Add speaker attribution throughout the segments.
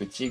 Speaker 1: 内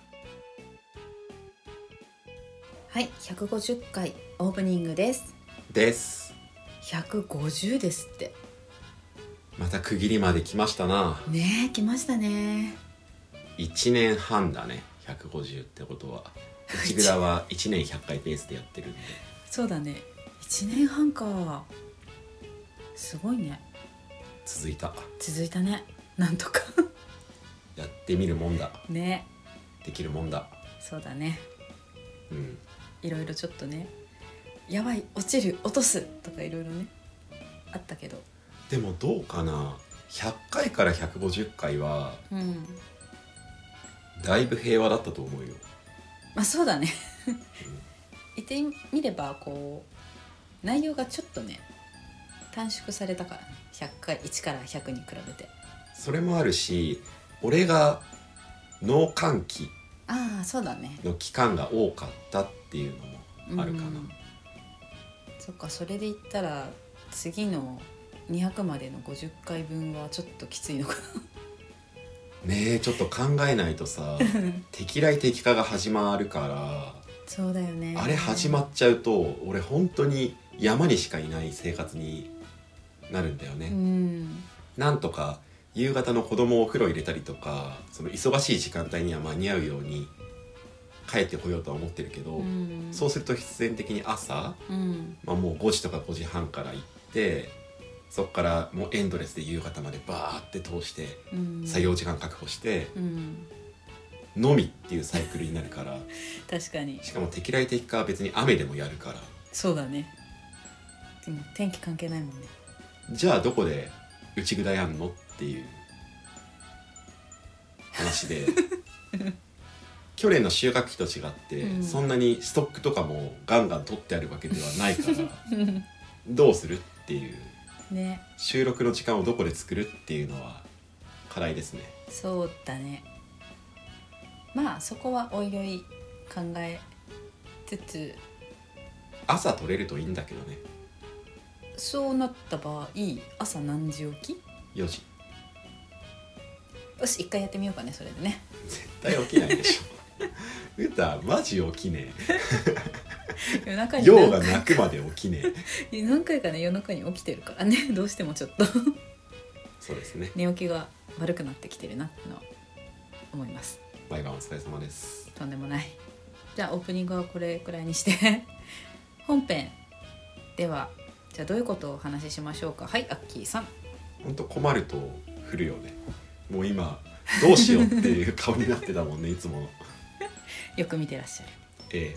Speaker 2: はい、150回オープニングです。
Speaker 1: です
Speaker 2: 150ですって。
Speaker 1: また区切りまで来ましたな
Speaker 2: ねえ、来ましたね。
Speaker 1: 1年半だね150ってことは内ぐだは1年100回ペースでやってるんで
Speaker 2: そうだね。1年半か。すごいね。
Speaker 1: 続いた
Speaker 2: 続いたね。なん とか。
Speaker 1: やってみるもんだ
Speaker 2: ね。
Speaker 1: できるもんだ
Speaker 2: そうだね。
Speaker 1: うん
Speaker 2: いろいろちょっとね。やばい、落ちる、落とすとかいろいろね。あったけど。
Speaker 1: でもどうかな100回から150回は
Speaker 2: うん。
Speaker 1: だいぶ平和だったと思うよ
Speaker 2: まあそうだね。 いてみれば、こう、内容がちょっとね、短縮されたからね。100回、1から100に比べて。
Speaker 1: それもあるし俺が脳換気
Speaker 2: ああ、そうだね。
Speaker 1: の期間が多かったっていうのもあるかな、
Speaker 2: うんそっかそれで言ったら次の200までの50回分はちょっときついのか
Speaker 1: ねえちょっと考えないと
Speaker 2: な
Speaker 1: さ敵来敵化が始まるか
Speaker 2: そうだよね
Speaker 1: らあれ始まっちゃうと俺本当に山にしかいない生活になるんだよね、
Speaker 2: うん
Speaker 1: なんとか夕方の子供をお風呂入れたりとかその忙しい時間帯には間に合うように帰ってこようとは思ってるけど、
Speaker 2: うん
Speaker 1: そうすると必然的に朝、
Speaker 2: うん
Speaker 1: まあ、もう5時とか5時半から行ってそこからもうエンドレスで夕方までバーって通して
Speaker 2: うん
Speaker 1: 作業時間確保して、
Speaker 2: うん
Speaker 1: のみっていうサイクルになるから
Speaker 2: 確かに
Speaker 1: しかも敵来敵化は別に雨でもやるから
Speaker 2: そうだねでも天気関係ないもんね
Speaker 1: じゃあどこで内ぐだやんのっていう 話で去年の収穫期と違って、
Speaker 2: うん
Speaker 1: そんなにストックとかもガンガン取ってあるわけではないからどうするっていう
Speaker 2: ね
Speaker 1: 収録の時間をどこで作るっていうのは課題ですね
Speaker 2: そうだねまあそこはおいおい考えつつ
Speaker 1: 朝取れるといいんだけどね
Speaker 2: そうなった場合朝何時起き
Speaker 1: 4時
Speaker 2: よし一回やってみようかねそれでね
Speaker 1: 絶対起きないでし ょ歌マジ起きね
Speaker 2: 夜中
Speaker 1: え
Speaker 2: に
Speaker 1: 用が泣くまで起きねえ
Speaker 2: 何回かね夜中に起きてるからね どうしてもちょっと
Speaker 1: そうですね
Speaker 2: 寝起きが悪くなってきてるなってのは思います
Speaker 1: 毎晩お疲れ様です
Speaker 2: とんでもないじゃあオープニングはこれくらいにして 本編ではじゃあどういうことをお話ししましょうかはいアッキーさん
Speaker 1: 本当困ると降るよねもう今どうしようっていう顔になってたもんねいつもの
Speaker 2: よく見てらっしゃ
Speaker 1: え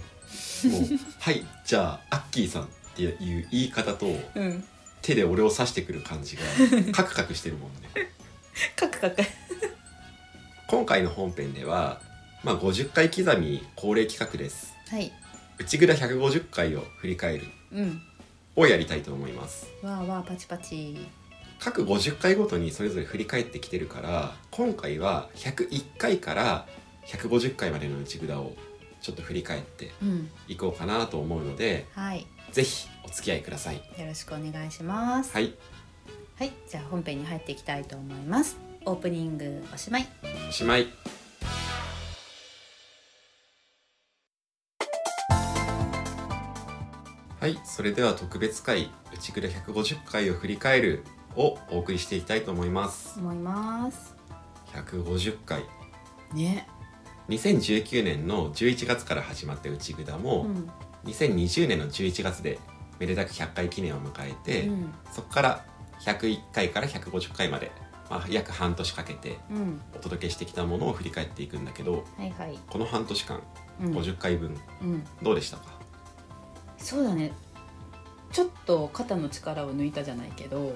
Speaker 1: えもう「はいじゃあアッキーさん」っていう言い方と
Speaker 2: るうん
Speaker 1: 手で俺を指してくる感じがカクカクしてるもんね
Speaker 2: カクカク
Speaker 1: 今回の本編では、まあ、50回刻み恒例企画です
Speaker 2: はい
Speaker 1: 内蔵150回を振り返る
Speaker 2: うん
Speaker 1: をやりたいと思います
Speaker 2: わーわーパチパチ
Speaker 1: 各50回ごとにそれぞれ振り返ってきてるから今回は101回から150回までの内札をちょっと振り返って
Speaker 2: うん
Speaker 1: いこうかなと思うので
Speaker 2: はい
Speaker 1: ぜひお付き合いください
Speaker 2: よろしくお願いします
Speaker 1: はい
Speaker 2: はい、じゃあ本編に入っていきたいと思いますオープニングおしまい
Speaker 1: おしまいはいそれでは特別回「内蔵150回を振り返る」をお送りしていきたいと思います
Speaker 2: 思います
Speaker 1: 150回
Speaker 2: ね
Speaker 1: 2019年の11月から始まった「内ぐだ」も、
Speaker 2: うん
Speaker 1: 2020年の11月でめでたく100回記念を迎えて、
Speaker 2: うん
Speaker 1: そこから101回から150回まで、まあ、約半年かけて
Speaker 2: うん
Speaker 1: お届けしてきたものを振り返っていくんだけど
Speaker 2: はいはい
Speaker 1: この半年間
Speaker 2: うん
Speaker 1: 50回分
Speaker 2: うん
Speaker 1: どうでしたか、
Speaker 2: そうだねちょっと肩の力を抜いたじゃないけど、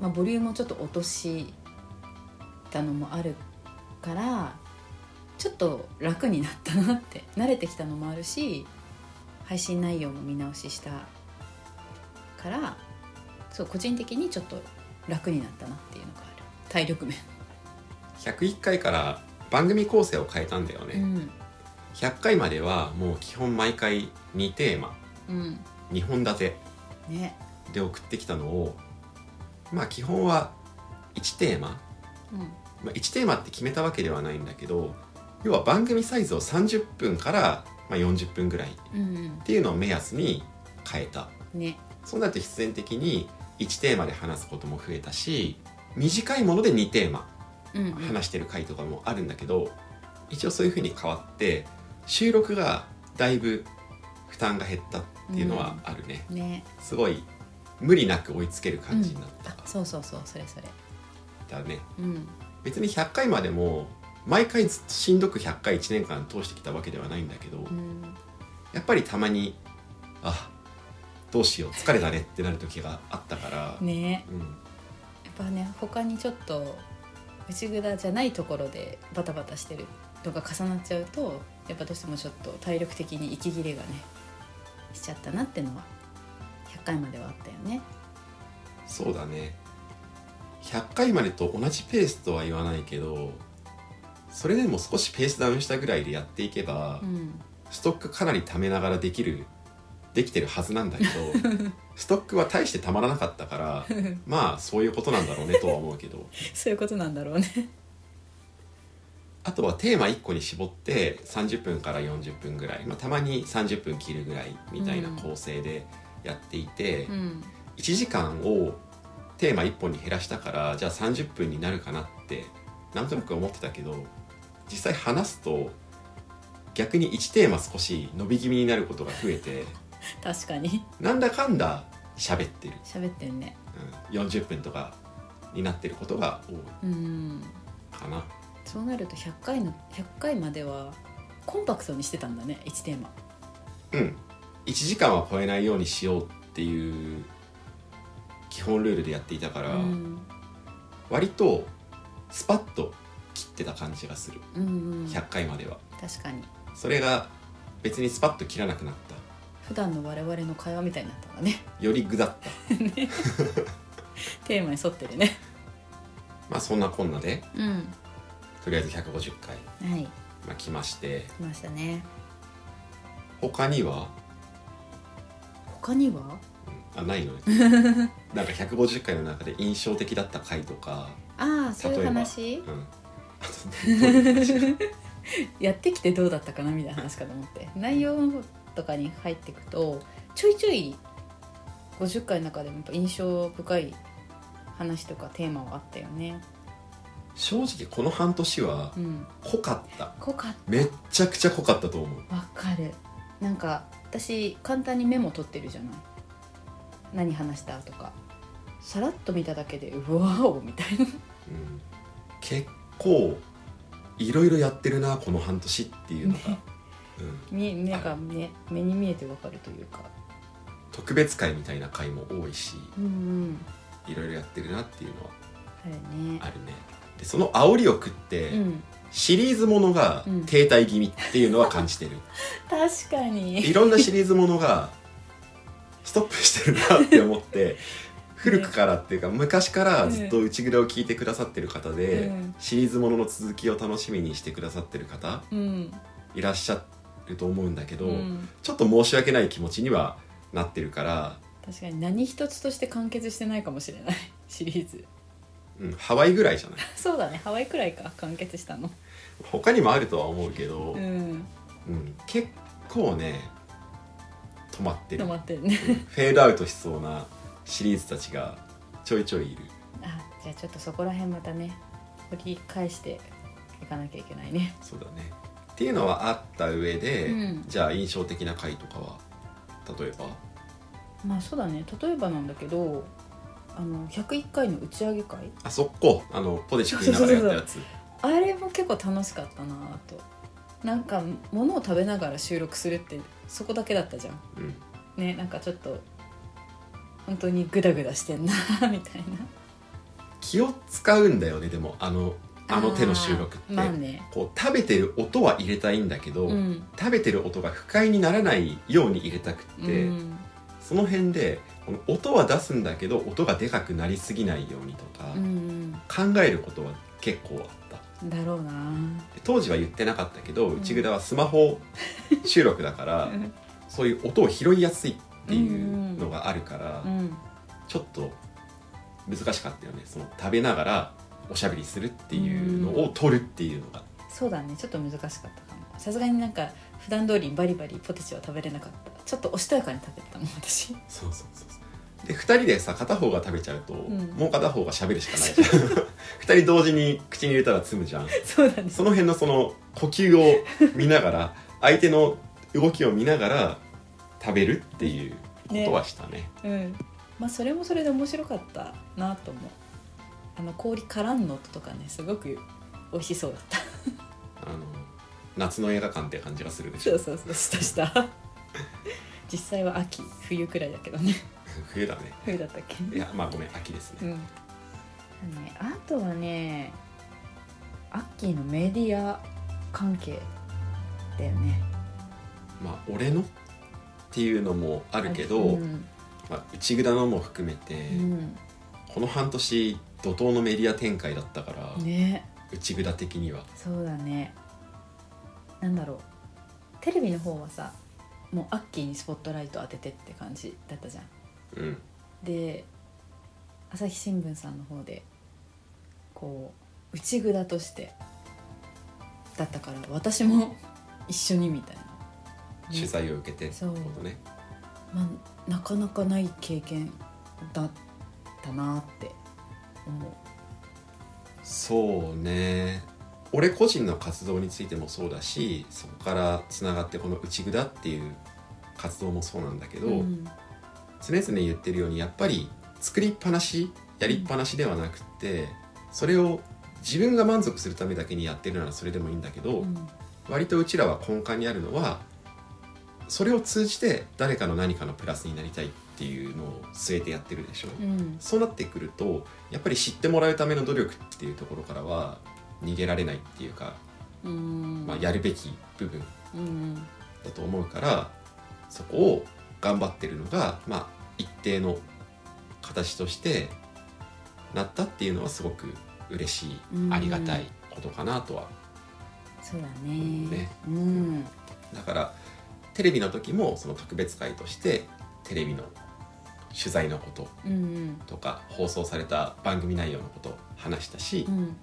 Speaker 2: まあ、ボリュームをちょっと落としたのもあるからちょっと楽になったなって慣れてきたのもあるし配信内容も見直ししたからそう個人的にちょっと楽になったなっていうのがある体力面、
Speaker 1: 101回から番組構成を変えたんだよね、
Speaker 2: うん
Speaker 1: 100回まではもう基本毎回2テーマ
Speaker 2: うん
Speaker 1: 2本立て
Speaker 2: ね
Speaker 1: で送ってきたのをまあ基本は1テーマ、
Speaker 2: うん
Speaker 1: まあ、1テーマって決めたわけではないんだけど要は番組サイズを30分からまあ40分ぐらいっ
Speaker 2: うん
Speaker 1: ていうのを目安に変えた
Speaker 2: うんね
Speaker 1: そうなると必然的に1テーマで話すことも増えたし短いもので2テーマ
Speaker 2: うん
Speaker 1: 話してる回とかもあるんだけど一応そういう風に変わって収録がだいぶ負担が減ったっていうのはあるね、
Speaker 2: うんね
Speaker 1: すごい無理なく追いつける感じになっ
Speaker 2: あそうそうそうそれそれ
Speaker 1: た、だね
Speaker 2: うん
Speaker 1: 別に100回までも毎回ずっとしんどく100回1年間通してきたわけではないんだけど、
Speaker 2: うん
Speaker 1: やっぱりたまにあどうしよう疲れたねってなる時があったから、
Speaker 2: ね
Speaker 1: うん、
Speaker 2: やっぱね他にちょっと内蔵じゃないところでバタバタしてるのが重なっちゃうとやっぱどうしてもちょっと体力的に息切れがねしちゃったなってのは100回まではあったよね
Speaker 1: そうだね100回までと同じペースとは言わないけどそれでも少しペースダウンしたぐらいでやっていけば、
Speaker 2: うん
Speaker 1: ストックかなり貯めながらできるできてるはずなんだけどストックは大してたまらなかったからまあそういうことなんだろうねとは思うけど
Speaker 2: そういうことなんだろうね
Speaker 1: あとはテーマ1個に絞って30分から40分ぐらい、まあ、たまに30分切るぐらいみたいな構成でやっていて。
Speaker 2: うん
Speaker 1: 1時間をテーマ1本に減らしたからじゃあ30分になるかなってなんとなく思ってたけど実際話すと逆に1テーマ少し伸び気味になることが増えて
Speaker 2: 確かに
Speaker 1: なんだかんだ喋ってる、
Speaker 2: 喋ってるね
Speaker 1: うん、40分とかになってることが多い
Speaker 2: うん
Speaker 1: かな
Speaker 2: そうなると100回の100回まではコンパクトにしてたんだね1テーマ
Speaker 1: うん1時間は超えないようにしようっていう基本ルールでやっていたから、
Speaker 2: うん
Speaker 1: 割とスパッと切ってた感じがする
Speaker 2: うんうん
Speaker 1: 100回までは。
Speaker 2: 確かに
Speaker 1: それが別にスパッと切らなくなっ
Speaker 2: 普段の我々の会話みたいになったんだね
Speaker 1: たより具だった
Speaker 2: テーマに沿ってるね
Speaker 1: まあそんなこんなで
Speaker 2: うん
Speaker 1: とりあえず150回、
Speaker 2: はい
Speaker 1: まあ、来まして
Speaker 2: 来ましたね
Speaker 1: 他には
Speaker 2: 他には
Speaker 1: あないのね なんか150回の中で印象的だった回とか、
Speaker 2: ああそうい
Speaker 1: 例え
Speaker 2: う
Speaker 1: ば
Speaker 2: 話
Speaker 1: うん、あとどういう話
Speaker 2: やってきてどうだったかなみたいな話かと思って内容とかに入っていくとちょいちょい50回の中でもやっぱ印象深い話とかテーマはあったよね
Speaker 1: 正直この半年は
Speaker 2: うん
Speaker 1: 濃かった
Speaker 2: 濃かっ
Speaker 1: めっちゃくちゃ濃かったと思う
Speaker 2: たわかるなんか私簡単にメモ取ってるじゃない何話したとかさらっと見ただけでうわおみたいな
Speaker 1: うん結構いろいろやってるなこの半年っていうのが、うん、
Speaker 2: みなんかね目に見えてわかるというか
Speaker 1: 特別会みたいな回も多いし
Speaker 2: うんうん
Speaker 1: いろいろやってるなっていうのは
Speaker 2: あるね
Speaker 1: あるねでその煽りを食って、
Speaker 2: うん
Speaker 1: シリーズものが
Speaker 2: うん
Speaker 1: 停滞気味っていうのは感 じてる、
Speaker 2: 確かに
Speaker 1: いろんなシリーズものがストップしてるなって 思って古くからっていうか昔からずっと内蔵を聞いてくださってる方で、
Speaker 2: うん
Speaker 1: シリーズものの続きを楽しみにしてくださってる方
Speaker 2: うん
Speaker 1: いらっしゃると思うんだけど、
Speaker 2: うん
Speaker 1: ちょっと申し訳ない気持ちにはなってるから、
Speaker 2: 確かに何一つとして完結してないかもしれない シリーズ
Speaker 1: うん、ハワイぐらいじゃない
Speaker 2: そうだねハワイくらいか完結したの
Speaker 1: 他にもあるとは思うけど、
Speaker 2: うん
Speaker 1: うん結構ね止まってる
Speaker 2: 止まってるね
Speaker 1: フェードアウトしそうなシリーズたちがちょいちょいいる
Speaker 2: あじゃあちょっとそこら辺またね掘り返していかなきゃいけないね
Speaker 1: そうだねっていうのはあった上で、
Speaker 2: うん
Speaker 1: じゃあ印象的な回とかは例えば
Speaker 2: まあそうだね例えばなんだけどあの101回の打ち上げ会
Speaker 1: あそこあのポテチ食いながらやったやつ
Speaker 2: あれも結構楽しかったなぁとなんか物を食べながら収録するってそこだけだったじゃん
Speaker 1: うん
Speaker 2: ねなんかちょっと本当にグダグダしてんな みたいな
Speaker 1: 気を使うんだよねでもあのあの手の収録って、
Speaker 2: あーまあね
Speaker 1: こう食べてる音は入れたいんだけど、
Speaker 2: うん
Speaker 1: 食べてる音が不快にならないように入れたくって、
Speaker 2: うん
Speaker 1: その辺でこの音は出すんだけど音がでかくなりすぎないようにとか
Speaker 2: う、ん
Speaker 1: 考えることは結構あった
Speaker 2: うんだろうなぁ
Speaker 1: で当時は言ってなかったけど
Speaker 2: ん
Speaker 1: 内蔵はスマホ収録だから、
Speaker 2: うん
Speaker 1: そういう音を拾いやすいっていうのがあるから、
Speaker 2: うん
Speaker 1: ちょっと難しかったよねその食べながらおしゃべりするっていうのを撮るっていうのが、
Speaker 2: そうだねちょっと難しかったかもさすがになんか普段通りバリバリポテチは食べれなかったちょっとおしとやかに食べてたもん私
Speaker 1: そうそうそうそうで2人でさ片方が食べちゃうと、
Speaker 2: ん
Speaker 1: もう片方がしゃべるしかないじゃん2 人同時に口に入れたら詰むじゃん
Speaker 2: そうだね
Speaker 1: その辺のその呼吸を見な がら相手の動きを見ながら食べるっていうことはしたね
Speaker 2: うんまあそれもそれで面白かったなと思うあの氷からんの音とかねすごく美味しそうだった
Speaker 1: あの夏の映画館って感じがするで し
Speaker 2: そ
Speaker 1: ょ
Speaker 2: うそうそうしたした実際は秋冬くらいだけどね
Speaker 1: 冬だね
Speaker 2: 冬だったっけ
Speaker 1: いやまあごめん秋です
Speaker 2: う
Speaker 1: ね、
Speaker 2: ん、ね、あとはねアッキーのメディア関係だよね
Speaker 1: まあ俺のっていうのもあるけど、
Speaker 2: うん
Speaker 1: まあ、内蔵のも含めて、
Speaker 2: うん
Speaker 1: この半年怒涛のメディア展開だったから、
Speaker 2: ね
Speaker 1: 内蔵的には
Speaker 2: そうだねなんだろうテレビの方はさもうアッキーにスポットライト当ててって感じだったじゃん
Speaker 1: うん
Speaker 2: で朝日新聞さんの方でこう内札としてだったから私も 一緒にみたいな、
Speaker 1: 取材を受けてって
Speaker 2: そう
Speaker 1: ことね
Speaker 2: まあ、なかなかない経験だったなって思う
Speaker 1: そうね俺個人の活動についてもそうだしそこからつながってこの内蔵っていう活動もそうなんだけど、
Speaker 2: うん
Speaker 1: 常々言ってるようにやっぱり作りっぱなしやりっぱなしではなくってそれを自分が満足するためだけにやってるならそれでもいいんだけど、
Speaker 2: うん
Speaker 1: 割とうちらは根幹にあるのはそれを通じて誰かの何かのプラスになりたいっていうのを据えてやってるでしょ、
Speaker 2: うん
Speaker 1: そうなってくるとやっぱり知ってもらうための努力っていうところからは逃げられないっていうか、
Speaker 2: うん
Speaker 1: まあ、やるべき部分
Speaker 2: うん
Speaker 1: だと思うからそこを頑張ってるのが、まあ、一定の形としてなったっていうのはすごく嬉しい
Speaker 2: うん
Speaker 1: ありがたいことかなとは
Speaker 2: そうだ
Speaker 1: 思
Speaker 2: ね
Speaker 1: うね
Speaker 2: うん
Speaker 1: だからテレビの時もその特別会としてテレビの取材のこと
Speaker 2: うん
Speaker 1: とか放送された番組内容のことを話したし、
Speaker 2: うん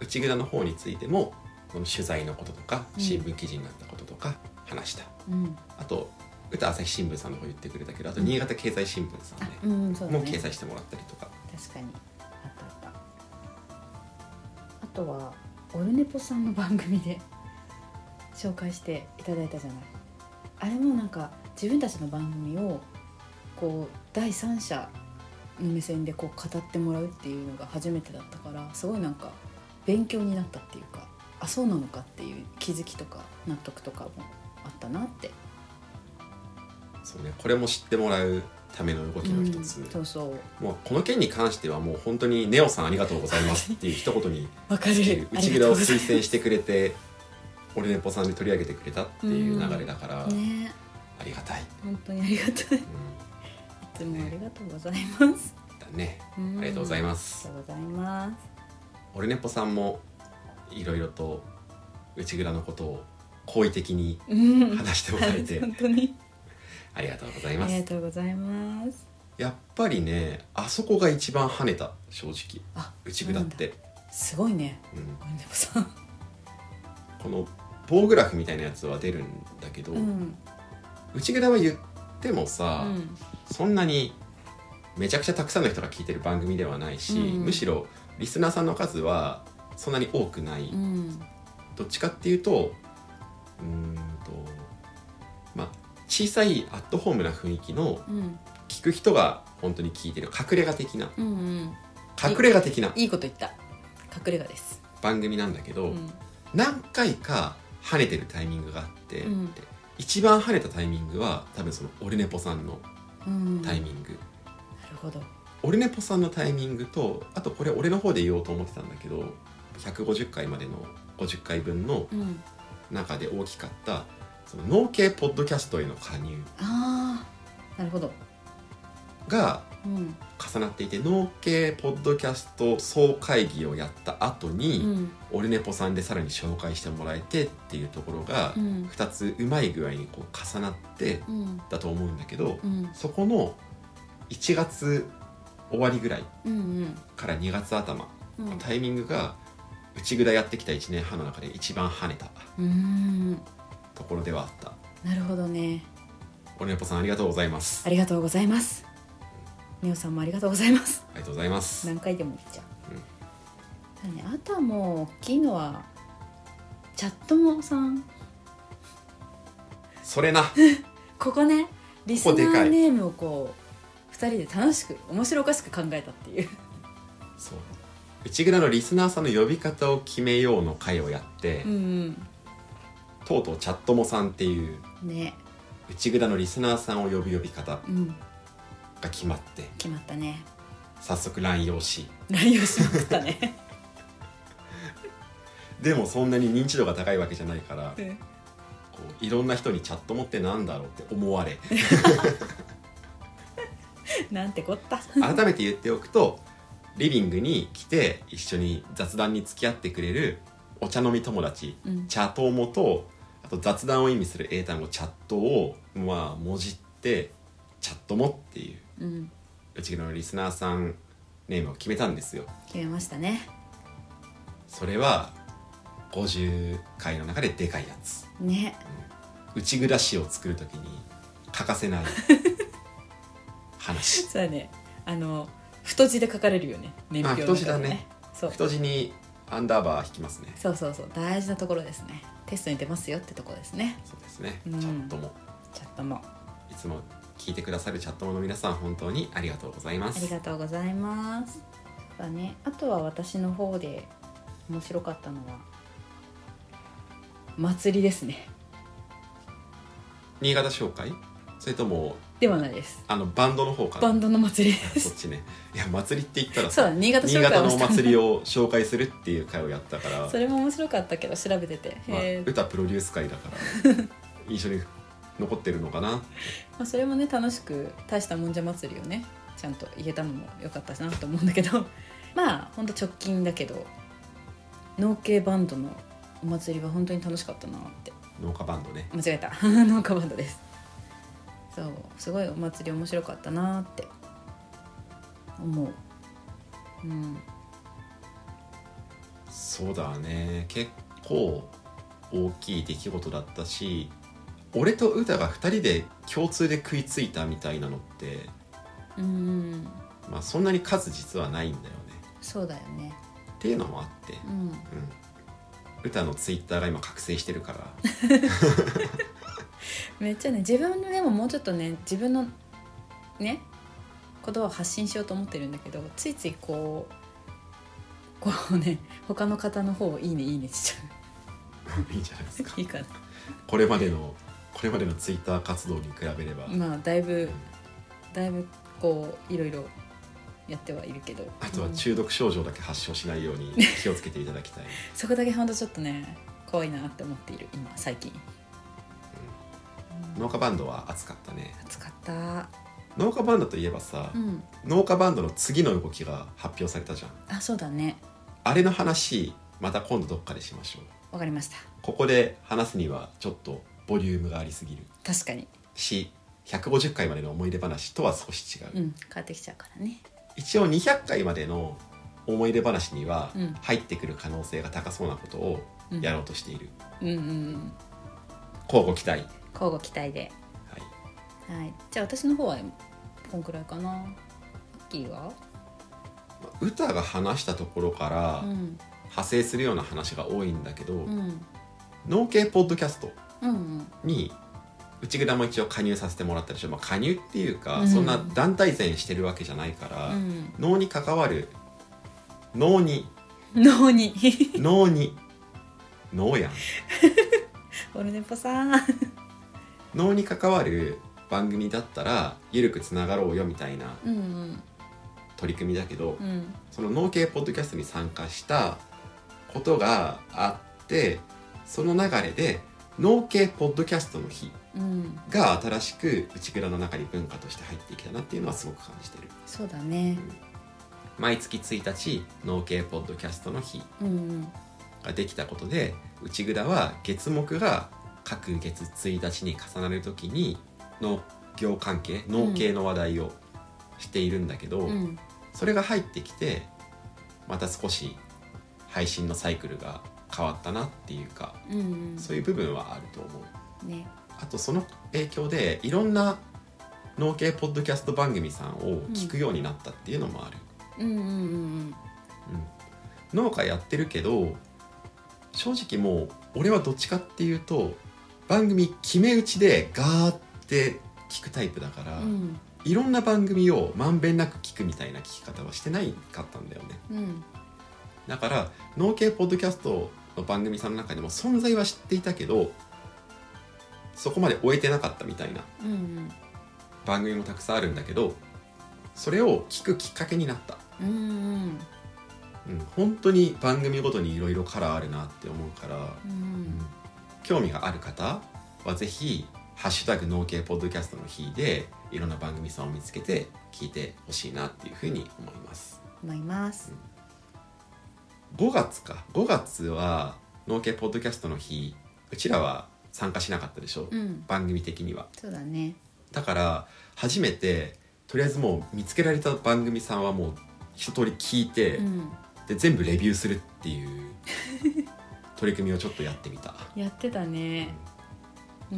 Speaker 1: 内蔵の方についてもその取材のこととか
Speaker 2: うん
Speaker 1: 新聞記事になったこととか話した、
Speaker 2: うん
Speaker 1: あと歌朝日新聞さんの方言ってくれたけどあと新潟経済新聞さんね、
Speaker 2: うんそうだ
Speaker 1: もう
Speaker 2: ね
Speaker 1: 掲載してもらったりとか
Speaker 2: 確かにあったあったあとはオルネポさんの番組で紹介していただいたじゃないあれもなんか自分たちの番組をこう第三者の目線でこう語ってもらうっていうのが初めてだったからすごいなんか勉強になったっていうかあそうなのかっていう気づきとか納得とかもあったなって
Speaker 1: そう、ね、これも知ってもらうための動きの一つ、
Speaker 2: うんそうそう
Speaker 1: もうこの件に関してはもう本当に「ネオさんありがとうございます」っていう一言 に
Speaker 2: わかる
Speaker 1: 尽きる内蔵を推薦してくれて俺ねぽさんで取り上げてくれたっていう流れだから、
Speaker 2: ありがとうございますね
Speaker 1: ありがたい、
Speaker 2: 本当にありがたいい
Speaker 1: うん
Speaker 2: つもありがとうございます
Speaker 1: だね
Speaker 2: うん
Speaker 1: ありがとうございます
Speaker 2: ありがとうございます。
Speaker 1: オルネポさんもいろいろと内蔵のことを好意的に
Speaker 2: うん
Speaker 1: 話してもらえて
Speaker 2: 本当に
Speaker 1: ありがとうござい
Speaker 2: あ
Speaker 1: ま
Speaker 2: り
Speaker 1: す
Speaker 2: がとうございます。
Speaker 1: やっぱりねあそこが一番跳ねた正直
Speaker 2: あ、
Speaker 1: 内蔵って、
Speaker 2: すごいね。
Speaker 1: うん
Speaker 2: オルネポさん。
Speaker 1: この棒グラフみたいなやつは出るんだけど、
Speaker 2: うん。
Speaker 1: 内蔵は言ってもさ、そんなにめちゃくちゃたくさんの人が聞いてる番組ではないし、
Speaker 2: うん
Speaker 1: むしろリスナーさんの数はそんなに多くない、
Speaker 2: うん
Speaker 1: どっちかっていうとうーんとまあ小さいアットホームな雰囲気の
Speaker 2: うん
Speaker 1: 聞く人が本当に聞いてる隠れ家的な
Speaker 2: うんうん
Speaker 1: 隠れ家的ない
Speaker 2: いこと言った隠れ家です
Speaker 1: 番組なんだけど、
Speaker 2: うん
Speaker 1: 何回か跳ねてるタイミングがあって、
Speaker 2: うん
Speaker 1: 一番跳ねたタイミングは多分そのオルネポさんの
Speaker 2: うん
Speaker 1: タイ
Speaker 2: な
Speaker 1: ミング、
Speaker 2: るほど
Speaker 1: オルネポさんのタイミングとあとこれ俺の方で言おうと思ってたんだけど150回までの50回分の
Speaker 2: うん
Speaker 1: 中で大きかったその農系ポッドキャストへの加入
Speaker 2: ああなるほど
Speaker 1: が
Speaker 2: うん
Speaker 1: 重なっていて農系ポッドキャスト総会議をやった後
Speaker 2: う
Speaker 1: に、
Speaker 2: ん
Speaker 1: オルネポさんでさらに紹介してもらえてっていうところが
Speaker 2: うん
Speaker 1: 2つうまい具合にこう重なって
Speaker 2: うん
Speaker 1: だと思うんだけど、
Speaker 2: うん
Speaker 1: そこの1月終わりぐらい
Speaker 2: うんうん
Speaker 1: から2月頭
Speaker 2: うん
Speaker 1: タイミングが内ぐだやってきた1年半の中で一番跳ねた
Speaker 2: うーん
Speaker 1: ところではあった
Speaker 2: なるほどね
Speaker 1: オルネポさんありがとうございます
Speaker 2: ありがとうございますネオさんもありがとうござい ます
Speaker 1: ありがとうございます
Speaker 2: 何回でも言っちゃ
Speaker 1: う
Speaker 2: う、ただねあとはもう大きいのはチャットモさん
Speaker 1: それな
Speaker 2: ここねリスナ
Speaker 1: でか
Speaker 2: ー
Speaker 1: い
Speaker 2: ネームをこう2人で楽しく面白おかしく考えたっていう
Speaker 1: そう内ぐだのリスナーさんの呼び方を決めようの会をやって、
Speaker 2: うん
Speaker 1: とうとうチャットモさんっていう
Speaker 2: うんね
Speaker 1: 内ぐだのリスナーさんを呼ぶ呼び方
Speaker 2: うん
Speaker 1: が決まって
Speaker 2: 決まったね
Speaker 1: 早速乱用し
Speaker 2: 乱用しまくったね
Speaker 1: でもそんなに認知度が高いわけじゃないからこういろんな人にチャットモってなんだろうって思われ
Speaker 2: なんてこった
Speaker 1: 改めて言っておくとリビングに来て一緒に雑談に付き合ってくれるお茶飲み友達
Speaker 2: うん
Speaker 1: チャトモとあと雑談を意味する英単語チャットをまあもじってチャットモっていう
Speaker 2: うん
Speaker 1: うちのリスナーさんネームを決めたんですよ
Speaker 2: 決めましたね
Speaker 1: それは50回の中ででかいやつ
Speaker 2: ね
Speaker 1: 内暮らしを作る時に欠か せない話
Speaker 2: そうだねあの太字で書かれるよね年表の中で
Speaker 1: あ太字だね
Speaker 2: そう
Speaker 1: 太字にアンダーバー引きますね
Speaker 2: そうそうそう大事なところですねテストに出ますよってとこですね
Speaker 1: そうですね、
Speaker 2: うん
Speaker 1: チャットも
Speaker 2: チャットも
Speaker 1: いつも聞いてくださるチャットもの皆さん本当にありがとうございま
Speaker 2: あり
Speaker 1: す
Speaker 2: がとうございますそうだねあとは私の方で面白かったのは祭りですね
Speaker 1: 新潟紹介それとも
Speaker 2: ではないです
Speaker 1: あのバンドの方か
Speaker 2: バ
Speaker 1: な
Speaker 2: ンドの祭りで
Speaker 1: そっ
Speaker 2: す
Speaker 1: ちねいや祭りって言ったら
Speaker 2: そうだ
Speaker 1: さ
Speaker 2: 新潟
Speaker 1: 新
Speaker 2: 紹介
Speaker 1: 潟
Speaker 2: を
Speaker 1: の
Speaker 2: し
Speaker 1: お
Speaker 2: た
Speaker 1: 祭りを紹介するっていう会をやったから
Speaker 2: それも面白かったけど調べてて、
Speaker 1: まあ
Speaker 2: へー
Speaker 1: 歌プロデュース会だ から印象に残ってるのかな
Speaker 2: まあ、それもね楽しく大したもんじゃ祭りをねちゃんと言えたのも良かったなと思うんだけど まあほんと直近だけど農系バンドのお祭りは本当に楽しかったなって
Speaker 1: 農家バンドね
Speaker 2: 間違えた 農家バンドですそうすごいお祭り面白かったなって思ううん
Speaker 1: そうだね結構大きい出来事だったし俺と歌が2人で共通で食いついたみたいなのって、
Speaker 2: うん
Speaker 1: まあ、そんなに数実はないんだよね
Speaker 2: そうだよね
Speaker 1: っていうのもあって、
Speaker 2: うん
Speaker 1: うん、歌のツイッターが今覚醒してるから
Speaker 2: めっちゃね自分でももうちょっとね自分のねことを発信しようと思ってるんだけどついついこうこうね他の方の方を「いいねいいね」しちゃ
Speaker 1: いいじゃないですか
Speaker 2: ういいかな
Speaker 1: これまでのこれまでのツイッター活動に比べれば、
Speaker 2: まあだいぶだいぶこういろいろやってはいるけど
Speaker 1: あとは中毒症状だけ発症しないように気をつけていただきたい
Speaker 2: そこだけほんとちょっとね怖いなって思っている今最近
Speaker 1: 農家バンドは熱かったね
Speaker 2: 暑かった
Speaker 1: 農家バンドといえばさ、
Speaker 2: うん
Speaker 1: 農家バンドの次の動きが発表されたじゃん
Speaker 2: あそうだね
Speaker 1: あれの話また今度どっかでしましょう
Speaker 2: わかりました
Speaker 1: ここで話すにはちょっとボリュームがありすぎる
Speaker 2: 確かに
Speaker 1: し150回までの思い出話とは少し違う、
Speaker 2: うん変わってきちゃうからね
Speaker 1: 一応200回までの思い出話には
Speaker 2: うん
Speaker 1: 入ってくる可能性が高そうなことを
Speaker 2: うん
Speaker 1: やろうとしている、
Speaker 2: うんうんうん
Speaker 1: 交互期待、はい、
Speaker 2: 交互期待ではい、じゃあ私の方はこんくらいかなアッキーは
Speaker 1: 歌が話したところから、
Speaker 2: うん
Speaker 1: 派生するような話が多いんだけど、
Speaker 2: うん
Speaker 1: 農系ポッドキャスト
Speaker 2: うんうん
Speaker 1: に内蔵も一応加入させてもらったりして、まあ、加入っていうか、
Speaker 2: うん
Speaker 1: そんな団体戦してるわけじゃないから、
Speaker 2: うん
Speaker 1: 脳に関わる脳に
Speaker 2: 脳に
Speaker 1: 脳に脳やん
Speaker 2: オルネポさんう
Speaker 1: 脳に関わる番組だったらゆるくつながろうよみたいなん
Speaker 2: うん
Speaker 1: 取り組みだけど、
Speaker 2: うん
Speaker 1: その脳系ポッドキャストに参加したことがあってその流れで脳系ポッドキャストの日
Speaker 2: うん
Speaker 1: が新しく内蔵の中に文化として入ってきたなっていうのはすごく感じてる
Speaker 2: そうだね
Speaker 1: 毎月1日脳系ポッドキャストの日
Speaker 2: うん
Speaker 1: ができたことで内蔵は月目が各月1日に重なる時に農業関係農系の話題をしているんだけど、
Speaker 2: うんうん
Speaker 1: それが入ってきてまた少し配信のサイクルが変わったなっていうか
Speaker 2: うん
Speaker 1: そういう部分はあると思う
Speaker 2: うんね
Speaker 1: あとその影響でいろんな農系ポッドキャスト番組さんを聞くようになったっていうのもある、
Speaker 2: うんうんうん
Speaker 1: うん、農家やってるけど正直もう俺はどっちかっていうと番組決め打ちでガーって聞くタイプだから、
Speaker 2: うん
Speaker 1: いろんな番組をまんべんなく聞くみたいな聞き方はしてないかったんだよね
Speaker 2: うん
Speaker 1: だから農系ポッドキャストの番組さんの中でも存在は知っていたけどそこまで終えてなかったみたいな
Speaker 2: うんうん
Speaker 1: 番組もたくさんあるんだけどそれを聞くきっかけになった、
Speaker 2: うん
Speaker 1: うん、本当に番組ごとにいろいろカラーあるなって思うから、
Speaker 2: う
Speaker 1: うん
Speaker 2: ん
Speaker 1: 興味がある方はぜひハッシュタグ農系ポッドキャストの日」でいろんな番組さんを見つけて聞いてほしいなっていうふうに思います。
Speaker 2: 思います
Speaker 1: 5月か5月は農系ポッドキャストの日うちらは参加しなかったでしょ、
Speaker 2: うん
Speaker 1: 番組的には
Speaker 2: そうだね
Speaker 1: だから初めてとりあえずもう見つけられた番組さんはもう一通り聞いて、
Speaker 2: うん
Speaker 1: で全部レビューするっていう取り組みをちょっとやってみた、
Speaker 2: やってたね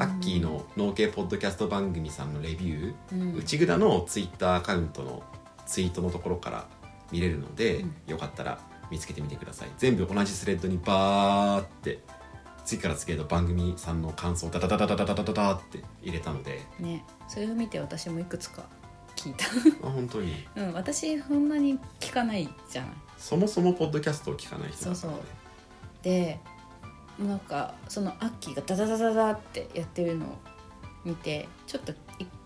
Speaker 1: アッキーの農系ポッドキャスト番組さんのレビュー、
Speaker 2: うん
Speaker 1: 内蔵のツイッターアカウントのツイートのところから見れるので、
Speaker 2: うん
Speaker 1: よかったら見つけてみてください全部同じスレッドにバーって次から次へと番組さんの感想をダダダダダダダダダって入れた ので
Speaker 2: ねそれを見て私もいくつか聞いた
Speaker 1: あ本当に
Speaker 2: うん私そんなに聞かないじゃない
Speaker 1: そもそもポッドキャストを聞かない人だからね
Speaker 2: そうでなんかそのアッキーがダダダダダってやってるのを見てちょっと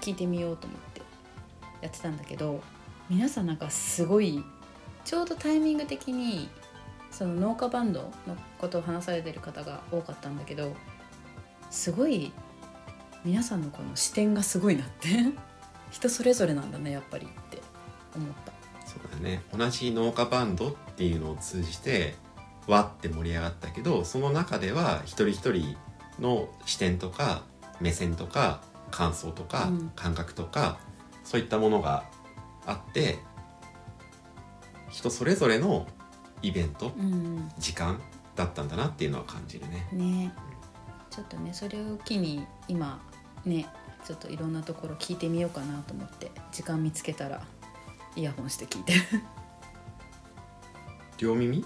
Speaker 2: 聞いてみようと思ってやってたんだけど皆さんなんかすごいちょうどタイミング的にその農家バンドのことを話されてる方が多かったんだけどすごい皆さんのこの視点がすごいなって 人それぞれなんだねやっぱりって思った。
Speaker 1: そうだね同じ農家バンドっていうのを通じてわって盛り上がったけどその中では一人一人の視点とか目線とか感想とか
Speaker 2: うん
Speaker 1: 感覚とか、そういったものがあって人それぞれのイベント、
Speaker 2: うん
Speaker 1: 時間だったんだなっていうのは感じるね。
Speaker 2: ねちょっとねそれを機に今ねちょっといろんなところ聞いてみようかなと思って時間見つけたらイヤホンして聞い てる
Speaker 1: 両耳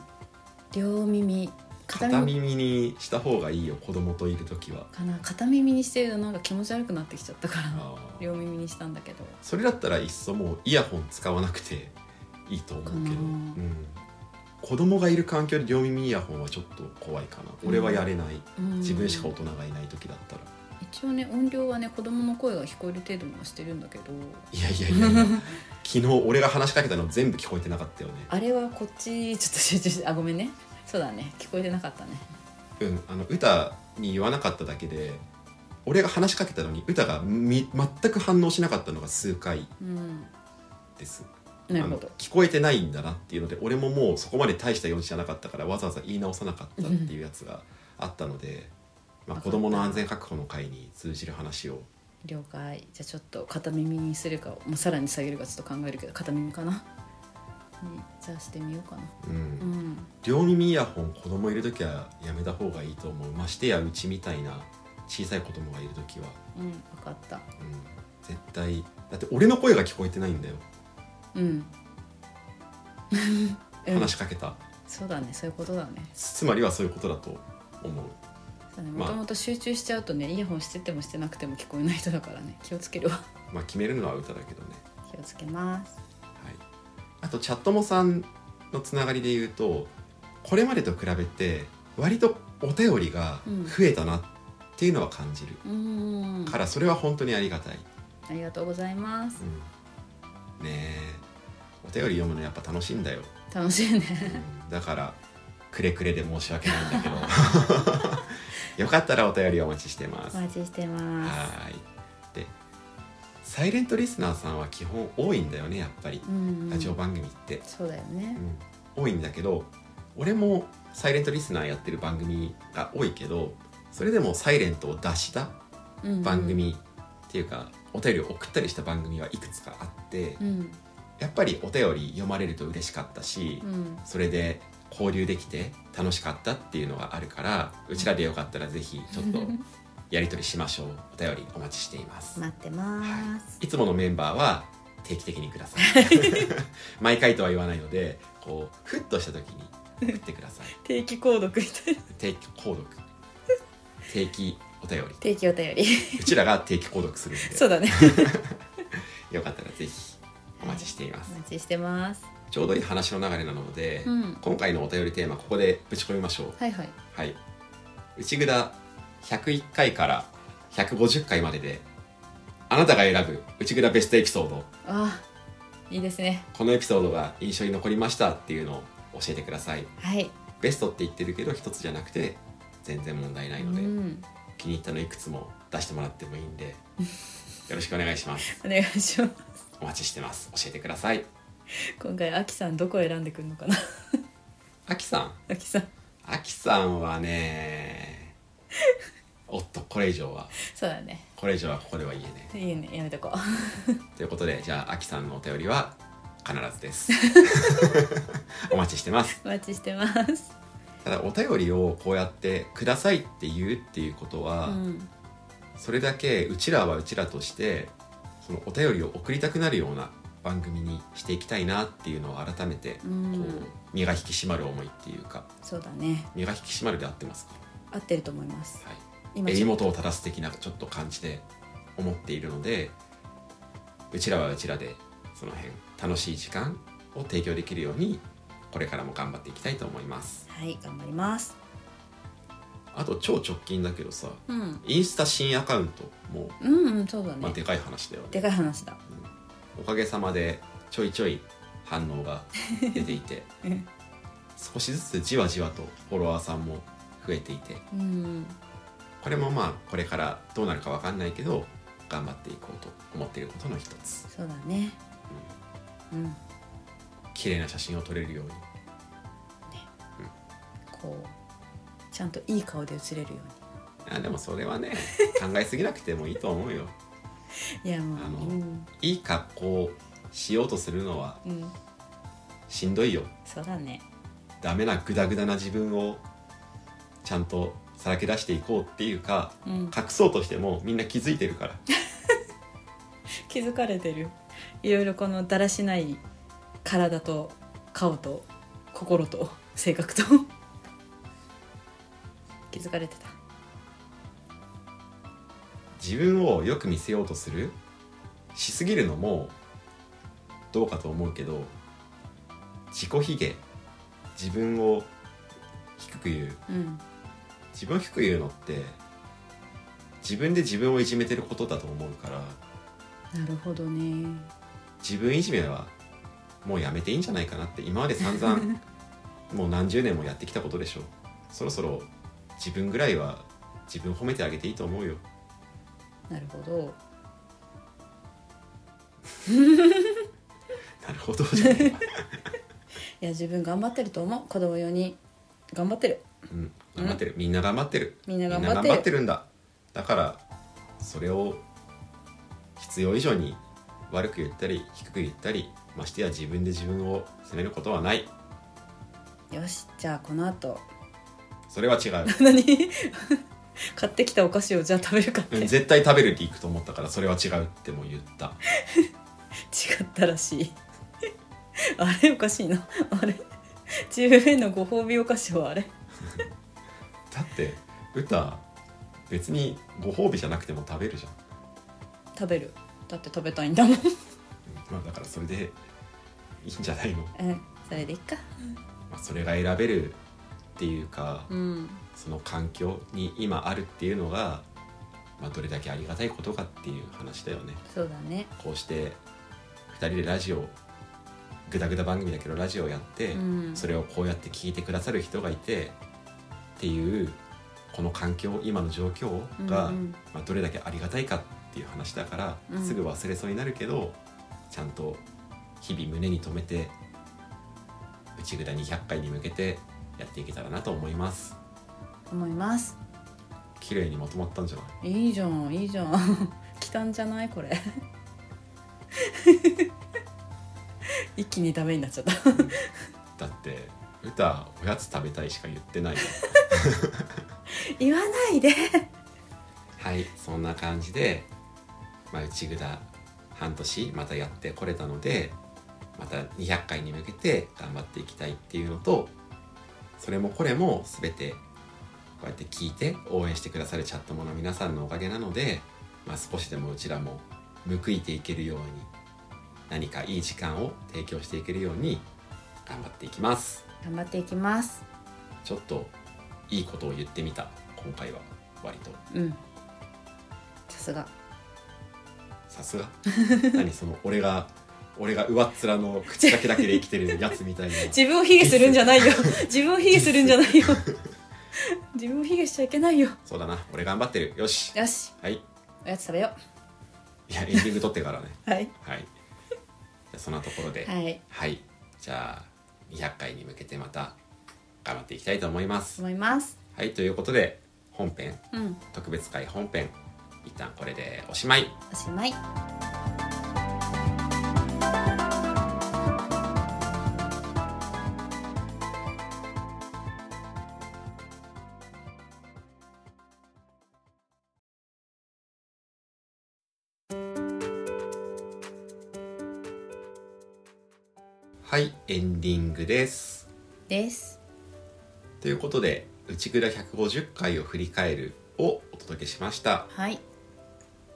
Speaker 2: 両耳片
Speaker 1: 片
Speaker 2: 耳
Speaker 1: 耳にした方がいいよ子供といる時は。
Speaker 2: かな片耳にしてるとなんか気持ち悪くなってきちゃったから
Speaker 1: あー
Speaker 2: 両耳にしたんだけど
Speaker 1: それだったらいっそもうイヤホン使わなくていいと思うけど、う、
Speaker 2: かなん
Speaker 1: 子供がいる環境で両耳イヤホンはちょっと怖いかな
Speaker 2: うん
Speaker 1: 俺はやれない、
Speaker 2: うん
Speaker 1: 自分しか大人がいない時だったら、
Speaker 2: 一応ね音量はね子供の声が聞こえる程度にはしてるんだけど
Speaker 1: いやいやいやいや 昨日俺が話しかけたの全部聞こえてなかったよね
Speaker 2: あれはこっちちょっと集中してあごめんねそうだね聞こえてなかったね
Speaker 1: うんあの歌に言わなかっただけで俺が話しかけたのに歌がみ全く反応しなかったのが数回
Speaker 2: うん
Speaker 1: です
Speaker 2: なるほ
Speaker 1: あ
Speaker 2: ど
Speaker 1: の聞こえてないんだなっていうので俺ももうそこまで大した用事じゃなかったからわざわざ言い直さなかったっていうやつがあったので、ま
Speaker 2: わ
Speaker 1: あ、
Speaker 2: か
Speaker 1: 子
Speaker 2: った
Speaker 1: どもの安全確保の会に通じる話を
Speaker 2: 了解じゃあちょっと片耳にするかもうさらに下げるかちょっと考えるけど片耳かな、にじゃあしてみようかな
Speaker 1: うん
Speaker 2: うん
Speaker 1: 両耳イヤホン子供いる時はやめた方がいいと思うましてやうちみたいな小さい子供がいる時は、
Speaker 2: うん分かった
Speaker 1: うん、絶対だって俺の声 が聞こえてないんだよ
Speaker 2: うんうん
Speaker 1: 話しかけた、
Speaker 2: そうだねそういうことだね
Speaker 1: つまりはそういうことだと思う
Speaker 2: も
Speaker 1: まあ
Speaker 2: ともと集中しちゃうとねイヤホンしててもしてなくても聞こえない人だからね気をつけるわ
Speaker 1: まあ決めるのは歌だけどね
Speaker 2: 気をつけます
Speaker 1: はい、あとチャットモさんのつながりで言うとこれまでと比べて割とお便りが増えたなっていうのは感じる、
Speaker 2: うーん
Speaker 1: からそれは本当にありがたい、
Speaker 2: ありがとうございます
Speaker 1: うんねえお便り読むのやっぱ楽しいんだよ、
Speaker 2: 楽しいね
Speaker 1: うんだからくれくれで申し訳ないんだけどよかったらお便りお待ちしてま
Speaker 2: お
Speaker 1: すは
Speaker 2: 待ちしてます
Speaker 1: ーいでサイレントリスナーさんは基本多いんだよねやっぱり、
Speaker 2: うんうん
Speaker 1: ラジオ番組って
Speaker 2: そうだよね
Speaker 1: うん、多いんだけど俺もサイレントリスナーやってる番組が多いけどそれでもサイレントを出した
Speaker 2: うんうん
Speaker 1: 番組っていうか、お便りを送ったりした番組はいくつかあって、
Speaker 2: うん
Speaker 1: やっぱりお便り読まれると嬉しかったし、
Speaker 2: うん
Speaker 1: それで交流できて楽しかったっていうのがあるからうちらでよかったらぜひちょっとやり取りしましょうお便りお待ちしています。
Speaker 2: 待ってます
Speaker 1: いつものメンバーは定期的にくださ い毎回とは言わないのでこうふっとした時に送ってください
Speaker 2: 定期購読みたいな
Speaker 1: 定期購読定期お便り
Speaker 2: 定期お便り
Speaker 1: うちらが定期購読するん で
Speaker 2: そうだね
Speaker 1: よかったらぜひお待ちしています、
Speaker 2: お待ちしてます
Speaker 1: ちょうどいい話の流れなので、
Speaker 2: うん
Speaker 1: 今回のお便りテーマここでぶち込みましょう
Speaker 2: はいはい
Speaker 1: はい内ぐだ101回から150回までであなたが選ぶ内ぐだベストエピソード
Speaker 2: あーいいですね
Speaker 1: このエピソードが印象に残りましたっていうのを教えてください
Speaker 2: はい
Speaker 1: ベストって言ってるけど一つじゃなくて全然問題ないうので、
Speaker 2: ん
Speaker 1: 気に入ったのいくつも出してもらってもいいんで よろしくお願いします
Speaker 2: お願いします
Speaker 1: お待ちしてます教えてください
Speaker 2: 今回あきさんどこ選んでくるのかな
Speaker 1: あきさん
Speaker 2: あきさん
Speaker 1: あきさんはね おっとこれ以上は
Speaker 2: そうだね
Speaker 1: これ以上はここでは言えね
Speaker 2: いいねやめとこう
Speaker 1: えということでじゃああきさんのお便りは必ずです お待ちしてます
Speaker 2: お待ちしてます。
Speaker 1: ただお便りをこうやって「ください」って言うっていうこと
Speaker 2: う
Speaker 1: は、
Speaker 2: ん、
Speaker 1: それだけうちらはうちらとしてそのお便りを送りたくなるような番組にしていきたいなっていうのを改めてこ
Speaker 2: う
Speaker 1: うん身が引き締まる思いっていうか
Speaker 2: そうだね。
Speaker 1: 身が引き締まるで合ってますか、
Speaker 2: 合ってると思います。
Speaker 1: はい、
Speaker 2: 今
Speaker 1: 襟
Speaker 2: ちょっ
Speaker 1: 元を正す的なちょっと感じで思っているのでうちらはうちらでその辺楽しい時間を提供できるようにこれからも頑張っていきたいと思います
Speaker 2: とはい、頑張ります。
Speaker 1: あと超直近だけどさ
Speaker 2: うん、
Speaker 1: インスタ新アカウントも、
Speaker 2: うん、うん、そうだ
Speaker 1: まあ、
Speaker 2: ね。
Speaker 1: でかい話だよね
Speaker 2: でかい話だ。
Speaker 1: おかげさまでちょいちょい反応が出ていて
Speaker 2: うん
Speaker 1: 少しずつじわじわとフォロワーさんも増えていて
Speaker 2: うん、
Speaker 1: これもまあこれからどうなるかわかんないけど頑張っていこうと思っていることの一つ
Speaker 2: そうだね。うん、
Speaker 1: 綺麗な写真を撮れるように
Speaker 2: こう。ちゃんといい顔で映れるよ
Speaker 1: あでもそれはね考えすぎなくてもいいと思うよ
Speaker 2: うに。いや、も
Speaker 1: あの
Speaker 2: う。うん、
Speaker 1: いい格好をしようとするのは
Speaker 2: うん、
Speaker 1: しんどいよ
Speaker 2: そうだね。
Speaker 1: ダメなグダグダな自分をちゃんとさらけ出していこうっていうか
Speaker 2: うん、
Speaker 1: 隠そうとしてもみんな気づいてるから
Speaker 2: 気づかれてる。いろいろこのだらしない。体と。顔と。心と。性格と。 気づかれてた。
Speaker 1: 自分をよく見せようとするしすぎるのもどうかと思うけど自己卑下自分を低く言う
Speaker 2: うん、
Speaker 1: 自分を低く言うのって自分で自分をいじめてることだと思うから
Speaker 2: なるほどね。
Speaker 1: 自分いじめはもうやめていいんじゃないかなって今まで散々もう何十年もやってきたことでしょうそろそろ自分ぐらいは自分褒めてあげていいと思うよ
Speaker 2: なるほど。
Speaker 1: なるほどじゃない
Speaker 2: いや自分頑張ってると思う子供用に頑張ってる
Speaker 1: うん、頑張ってる、みんな頑張ってる
Speaker 2: みんな頑張ってる
Speaker 1: んだだからそれを必要以上に悪く言ったり低く言ったりましてや自分で自分を責めることはない
Speaker 2: よしじゃあこの後
Speaker 1: それは違う
Speaker 2: 何 買ってきたお菓子をじゃあ食べるかって
Speaker 1: うん
Speaker 2: 違っ
Speaker 1: 絶対食べるっていくと思ったからそれは違うっても言った
Speaker 2: たらしいあれおかしいなあれ自分へのご褒美お菓子はあれ
Speaker 1: だって歌別にご褒美じゃなくても食べるじゃん、
Speaker 2: 食べるだって食べたいんだ もん
Speaker 1: うんまあ、だからそれでいいんじゃないの、
Speaker 2: うんそれでいいか
Speaker 1: まあ、それが選べるっていうか、
Speaker 2: うん
Speaker 1: その環境に今あるっていうのが、まあ、どれだけありがたいことかっていう話だよね
Speaker 2: そうだね
Speaker 1: こうして2人でラジオグダグダ番組だけどラジオをやって、
Speaker 2: うん
Speaker 1: それをこうやって聞いてくださる人がいてっていうこの環境今の状況が、
Speaker 2: うんうん
Speaker 1: まあ、どれだけありがたいかっていう話だから、
Speaker 2: うん
Speaker 1: すぐ忘れそうになるけどちゃんと日々胸に留めて内ぐだ200回に向けてやっていけたらなと思います
Speaker 2: 思います
Speaker 1: 綺麗にまとまったんじゃない
Speaker 2: いいじゃんいいじゃん 来たんじゃないこれ 一気にダメになっちゃった
Speaker 1: だって歌おやつ食べたいしか言ってないよ
Speaker 2: 言わないで
Speaker 1: はいそんな感じで、まあ、内ぐだ半年またやってこれたのでまた200回に向けて頑張っていきたいっていうのとそれもこれも全てこうやって聞いて応援してくださるチャットもの皆さんのおかげなので、まあ、少しでもうちらも報いていけるように何かいい時間を提供していけるように頑張っていきます。
Speaker 2: 頑張っていきます
Speaker 1: ちょっといいことを言ってみた今回は割と
Speaker 2: うんさすが
Speaker 1: さすが 何その俺が俺が上っ面の口だけだけで生きてるやつみたいな
Speaker 2: 自分を卑下するんじゃないよ自分を卑下するんじゃないよ自分を卑下しちゃいけないよ
Speaker 1: そうだな俺頑張ってるよし
Speaker 2: よし
Speaker 1: はいい
Speaker 2: おやつ食べよ
Speaker 1: やエンディング撮ってからね
Speaker 2: うはい
Speaker 1: はいじゃあそんなところでい、
Speaker 2: はい
Speaker 1: じゃあ200回に向けてまた頑張っていきたいと思います
Speaker 2: 思います
Speaker 1: はいということで本編
Speaker 2: うん
Speaker 1: 特別会本編一旦これでおしまい
Speaker 2: おしまい
Speaker 1: はいエンディングです
Speaker 2: です
Speaker 1: ということで「内蔵150回を振り返る」をお届けしました
Speaker 2: はい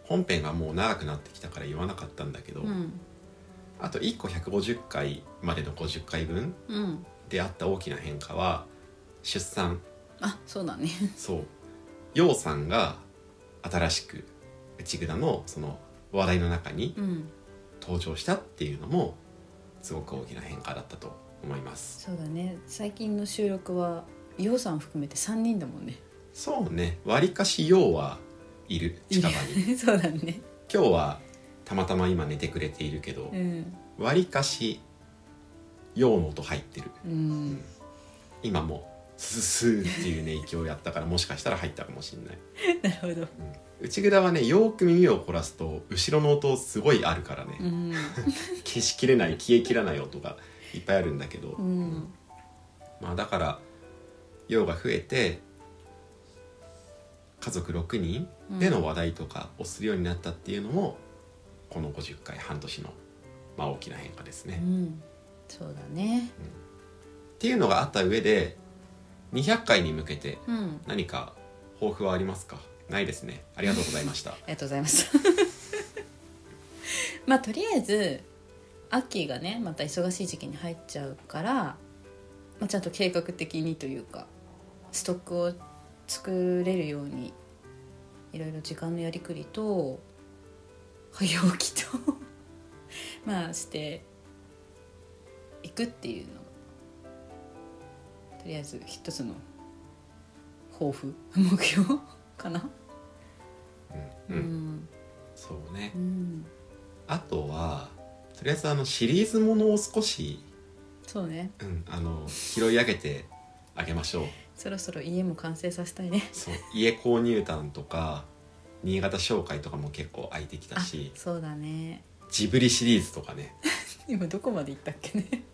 Speaker 1: 本編がもう長くなってきたから言わなかったんだけど、
Speaker 2: うん
Speaker 1: あと1個150回までの50回分
Speaker 2: うん
Speaker 1: であった大きな変化は出産
Speaker 2: あそうだね
Speaker 1: そう陽さんが新しく内蔵のその話題の中に
Speaker 2: うん
Speaker 1: 登場したっていうのもすごく大きな変化だったと思います
Speaker 2: そうだね最近の収録はようさん含めて三人だもんね
Speaker 1: そうねわりかし陽はいる近場 に
Speaker 2: そうだね
Speaker 1: 今日はたまたま今寝てくれているけど、
Speaker 2: うん
Speaker 1: わりかし陽の音入ってる
Speaker 2: うん
Speaker 1: 今もススーっていうね息をやったからもしかしたら入ったかもしれな い
Speaker 2: なるほど
Speaker 1: 内蔵はねよーく耳を凝らすと後ろの音すごいあるからね、
Speaker 2: うん
Speaker 1: 消しきれない消えきらない音がいっぱいあるんだけど、
Speaker 2: うん
Speaker 1: まあだから陽が増えて家族6人での話題とかをするようになったっていうのも、この50回半年の、まあ、大きな変化ですね。
Speaker 2: う
Speaker 1: っ
Speaker 2: んそうだね
Speaker 1: ていうのがあった上で200回に向けて
Speaker 2: うん
Speaker 1: 何か抱負はありますかないですねありがとうございました
Speaker 2: ありがとうございました。 まあとりあえず秋がねまた忙しい時期に入っちゃうから、まあ、ちゃんと計画的にというかストックを作れるようにいろいろ時間のやりくりと早起きと まあしていくっていうのとりあえず一つの抱負目標かな。
Speaker 1: うん、
Speaker 2: うん
Speaker 1: そうね
Speaker 2: うん
Speaker 1: あとはとりあえずあのシリーズものを少し、
Speaker 2: そうね
Speaker 1: うん、あの拾い上げてあげましょう
Speaker 2: そろそろ家も完成させたいね
Speaker 1: そう家購入団とか新潟紹介とかも結構空いてきた
Speaker 2: あ
Speaker 1: し
Speaker 2: そうだね
Speaker 1: ジブリシリーズとかね
Speaker 2: 今どこまで行ったっけね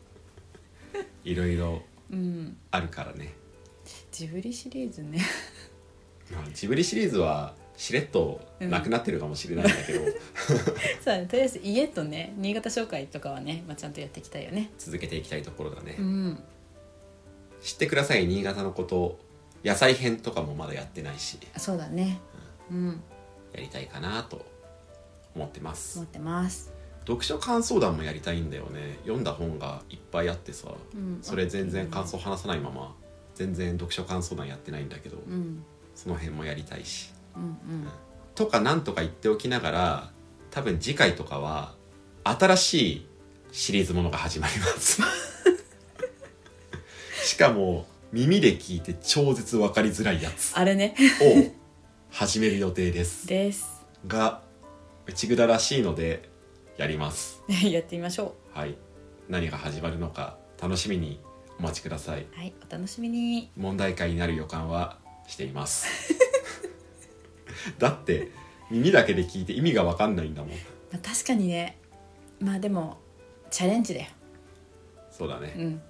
Speaker 1: いろいろ
Speaker 2: うん
Speaker 1: あるからね、
Speaker 2: ジブリシリーズね
Speaker 1: まあ、ジブリシリーズはしれっとなくなってるかもしれないんだ けど、
Speaker 2: そうだねとりあえず家とね新潟紹介とかはね、まあ、ちゃんとやっていきたいよね
Speaker 1: 続けていきたいところだね、
Speaker 2: うん
Speaker 1: 知ってください新潟のこと野菜編とかもまだやってないし
Speaker 2: そうだねうん
Speaker 1: やりたいかなと思ってます
Speaker 2: 思ってます
Speaker 1: 読書感想談もやりたいんだよね読んだ本がいっぱいあってさ
Speaker 2: うん
Speaker 1: それ全然感想話さないまま全然読書感想談やってないんだけど
Speaker 2: うん
Speaker 1: その辺もやりたいし
Speaker 2: うんうん
Speaker 1: とかなんとか言っておきながら多分次回とかは新しいシリーズものが始まります しかも耳で聞いて超絶分かりづらいやつ
Speaker 2: あれね
Speaker 1: を始める予定です
Speaker 2: です
Speaker 1: が内蔵らしいのでやります
Speaker 2: やってみましょ
Speaker 1: はい何が始まるのか楽しみにお待ちくださいう
Speaker 2: はいお楽しみに
Speaker 1: 問題解になる予感はしています だって耳だけで聞いて意味が分かんないんだもん
Speaker 2: まあ、確かにねまあでもチャレンジだよ
Speaker 1: そうだね、
Speaker 2: うん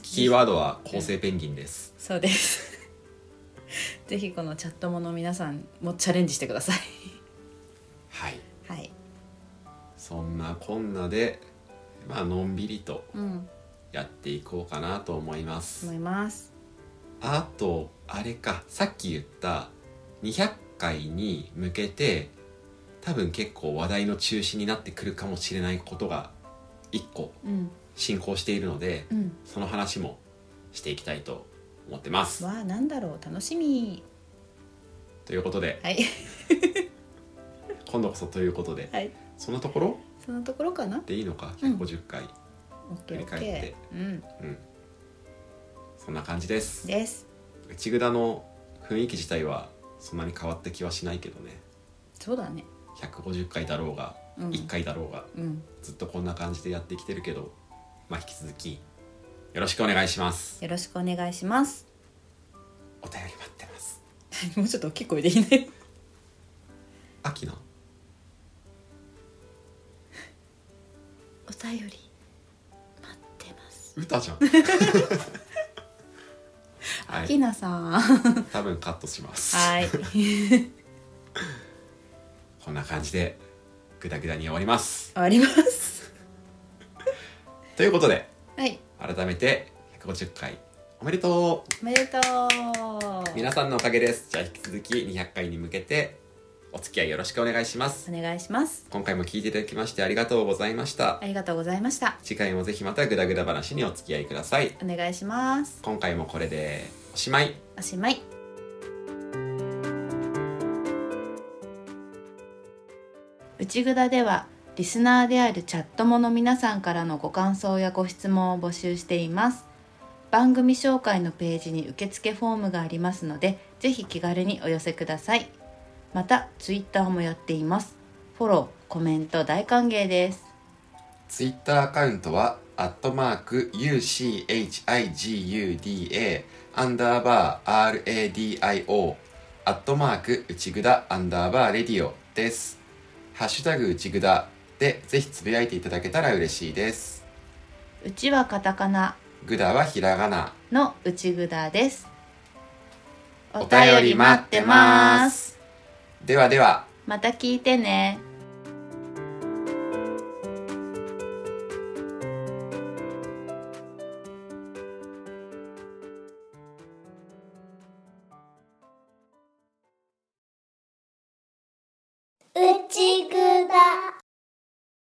Speaker 1: キーワードは構成ペンギンです、
Speaker 2: そうです ぜひこのチャットもの皆さんもチャレンジしてください
Speaker 1: はい
Speaker 2: はい
Speaker 1: そんなこんなでまあのんびりと
Speaker 2: うん
Speaker 1: やっていこうかなと思います、
Speaker 2: 思います
Speaker 1: あとあれかさっき言った200回に向けて多分結構話題の中心になってくるかもしれないことが1個
Speaker 2: うん
Speaker 1: 進行しているので
Speaker 2: うん
Speaker 1: その話もしていきたいと思ってます
Speaker 2: わあなんだろう楽しみ
Speaker 1: ということで
Speaker 2: はい
Speaker 1: 今度こそということで
Speaker 2: はい
Speaker 1: そんなところ
Speaker 2: そのところかな
Speaker 1: でいいのか
Speaker 2: うん
Speaker 1: 150回、
Speaker 2: オッケーオッ
Speaker 1: 振り返っ
Speaker 2: ケ
Speaker 1: て
Speaker 2: ーうん
Speaker 1: うん、そんな感じです
Speaker 2: です
Speaker 1: 内ぐだの雰囲気自体はそんなに変わった気はしないけどね
Speaker 2: そうだね
Speaker 1: 150回だろうが
Speaker 2: うん
Speaker 1: 1回だろうが、
Speaker 2: うん
Speaker 1: ずっとこんな感じでやってきてるけどまあ引き続きよろしくお願いします
Speaker 2: よろしくお願いします
Speaker 1: お便り待ってます
Speaker 2: もうちょっと大きい声でいいね
Speaker 1: 秋の
Speaker 2: お便り待ってます
Speaker 1: 歌じゃんは
Speaker 2: あ
Speaker 1: い
Speaker 2: きなさんは
Speaker 1: 多分カットします
Speaker 2: い
Speaker 1: こんな感じでグダグダに終わります
Speaker 2: 終わります
Speaker 1: ということで
Speaker 2: はい
Speaker 1: 改めて150回おめでとう
Speaker 2: おめでとう
Speaker 1: 皆さんのおかげですじゃあ引き続き200回に向けてお付き合いよろしくお願いします
Speaker 2: お願いします
Speaker 1: 今回も聞いていただきましてありがとうございました
Speaker 2: ありがとうございました
Speaker 1: 次回もぜひまたグダグダ話にお付き合いください
Speaker 2: お願いします
Speaker 1: 今回もこれでおしまい
Speaker 2: おしまい
Speaker 3: 内ぐだではリスナーであるチャットもの皆さんからのご感想やご質問を募集しています番組紹介のページに受付フォームがありますのでぜひ気軽にお寄せくださいまたツイッターもやっていますフォローコメント大歓迎です
Speaker 1: ツイッターアカウントは、アットマーク UCHIGUDA アンダーバー RADIO アットマーク内ぐだアンダーバーレディオです。ハッシュタグ内ぐだでぜひつぶやいていただけたら嬉しいです。
Speaker 3: うちはカタカナ
Speaker 1: ぐだはひらがな。
Speaker 3: の内ぐだです
Speaker 1: お便り待ってます。ではでは。
Speaker 3: また聞いてね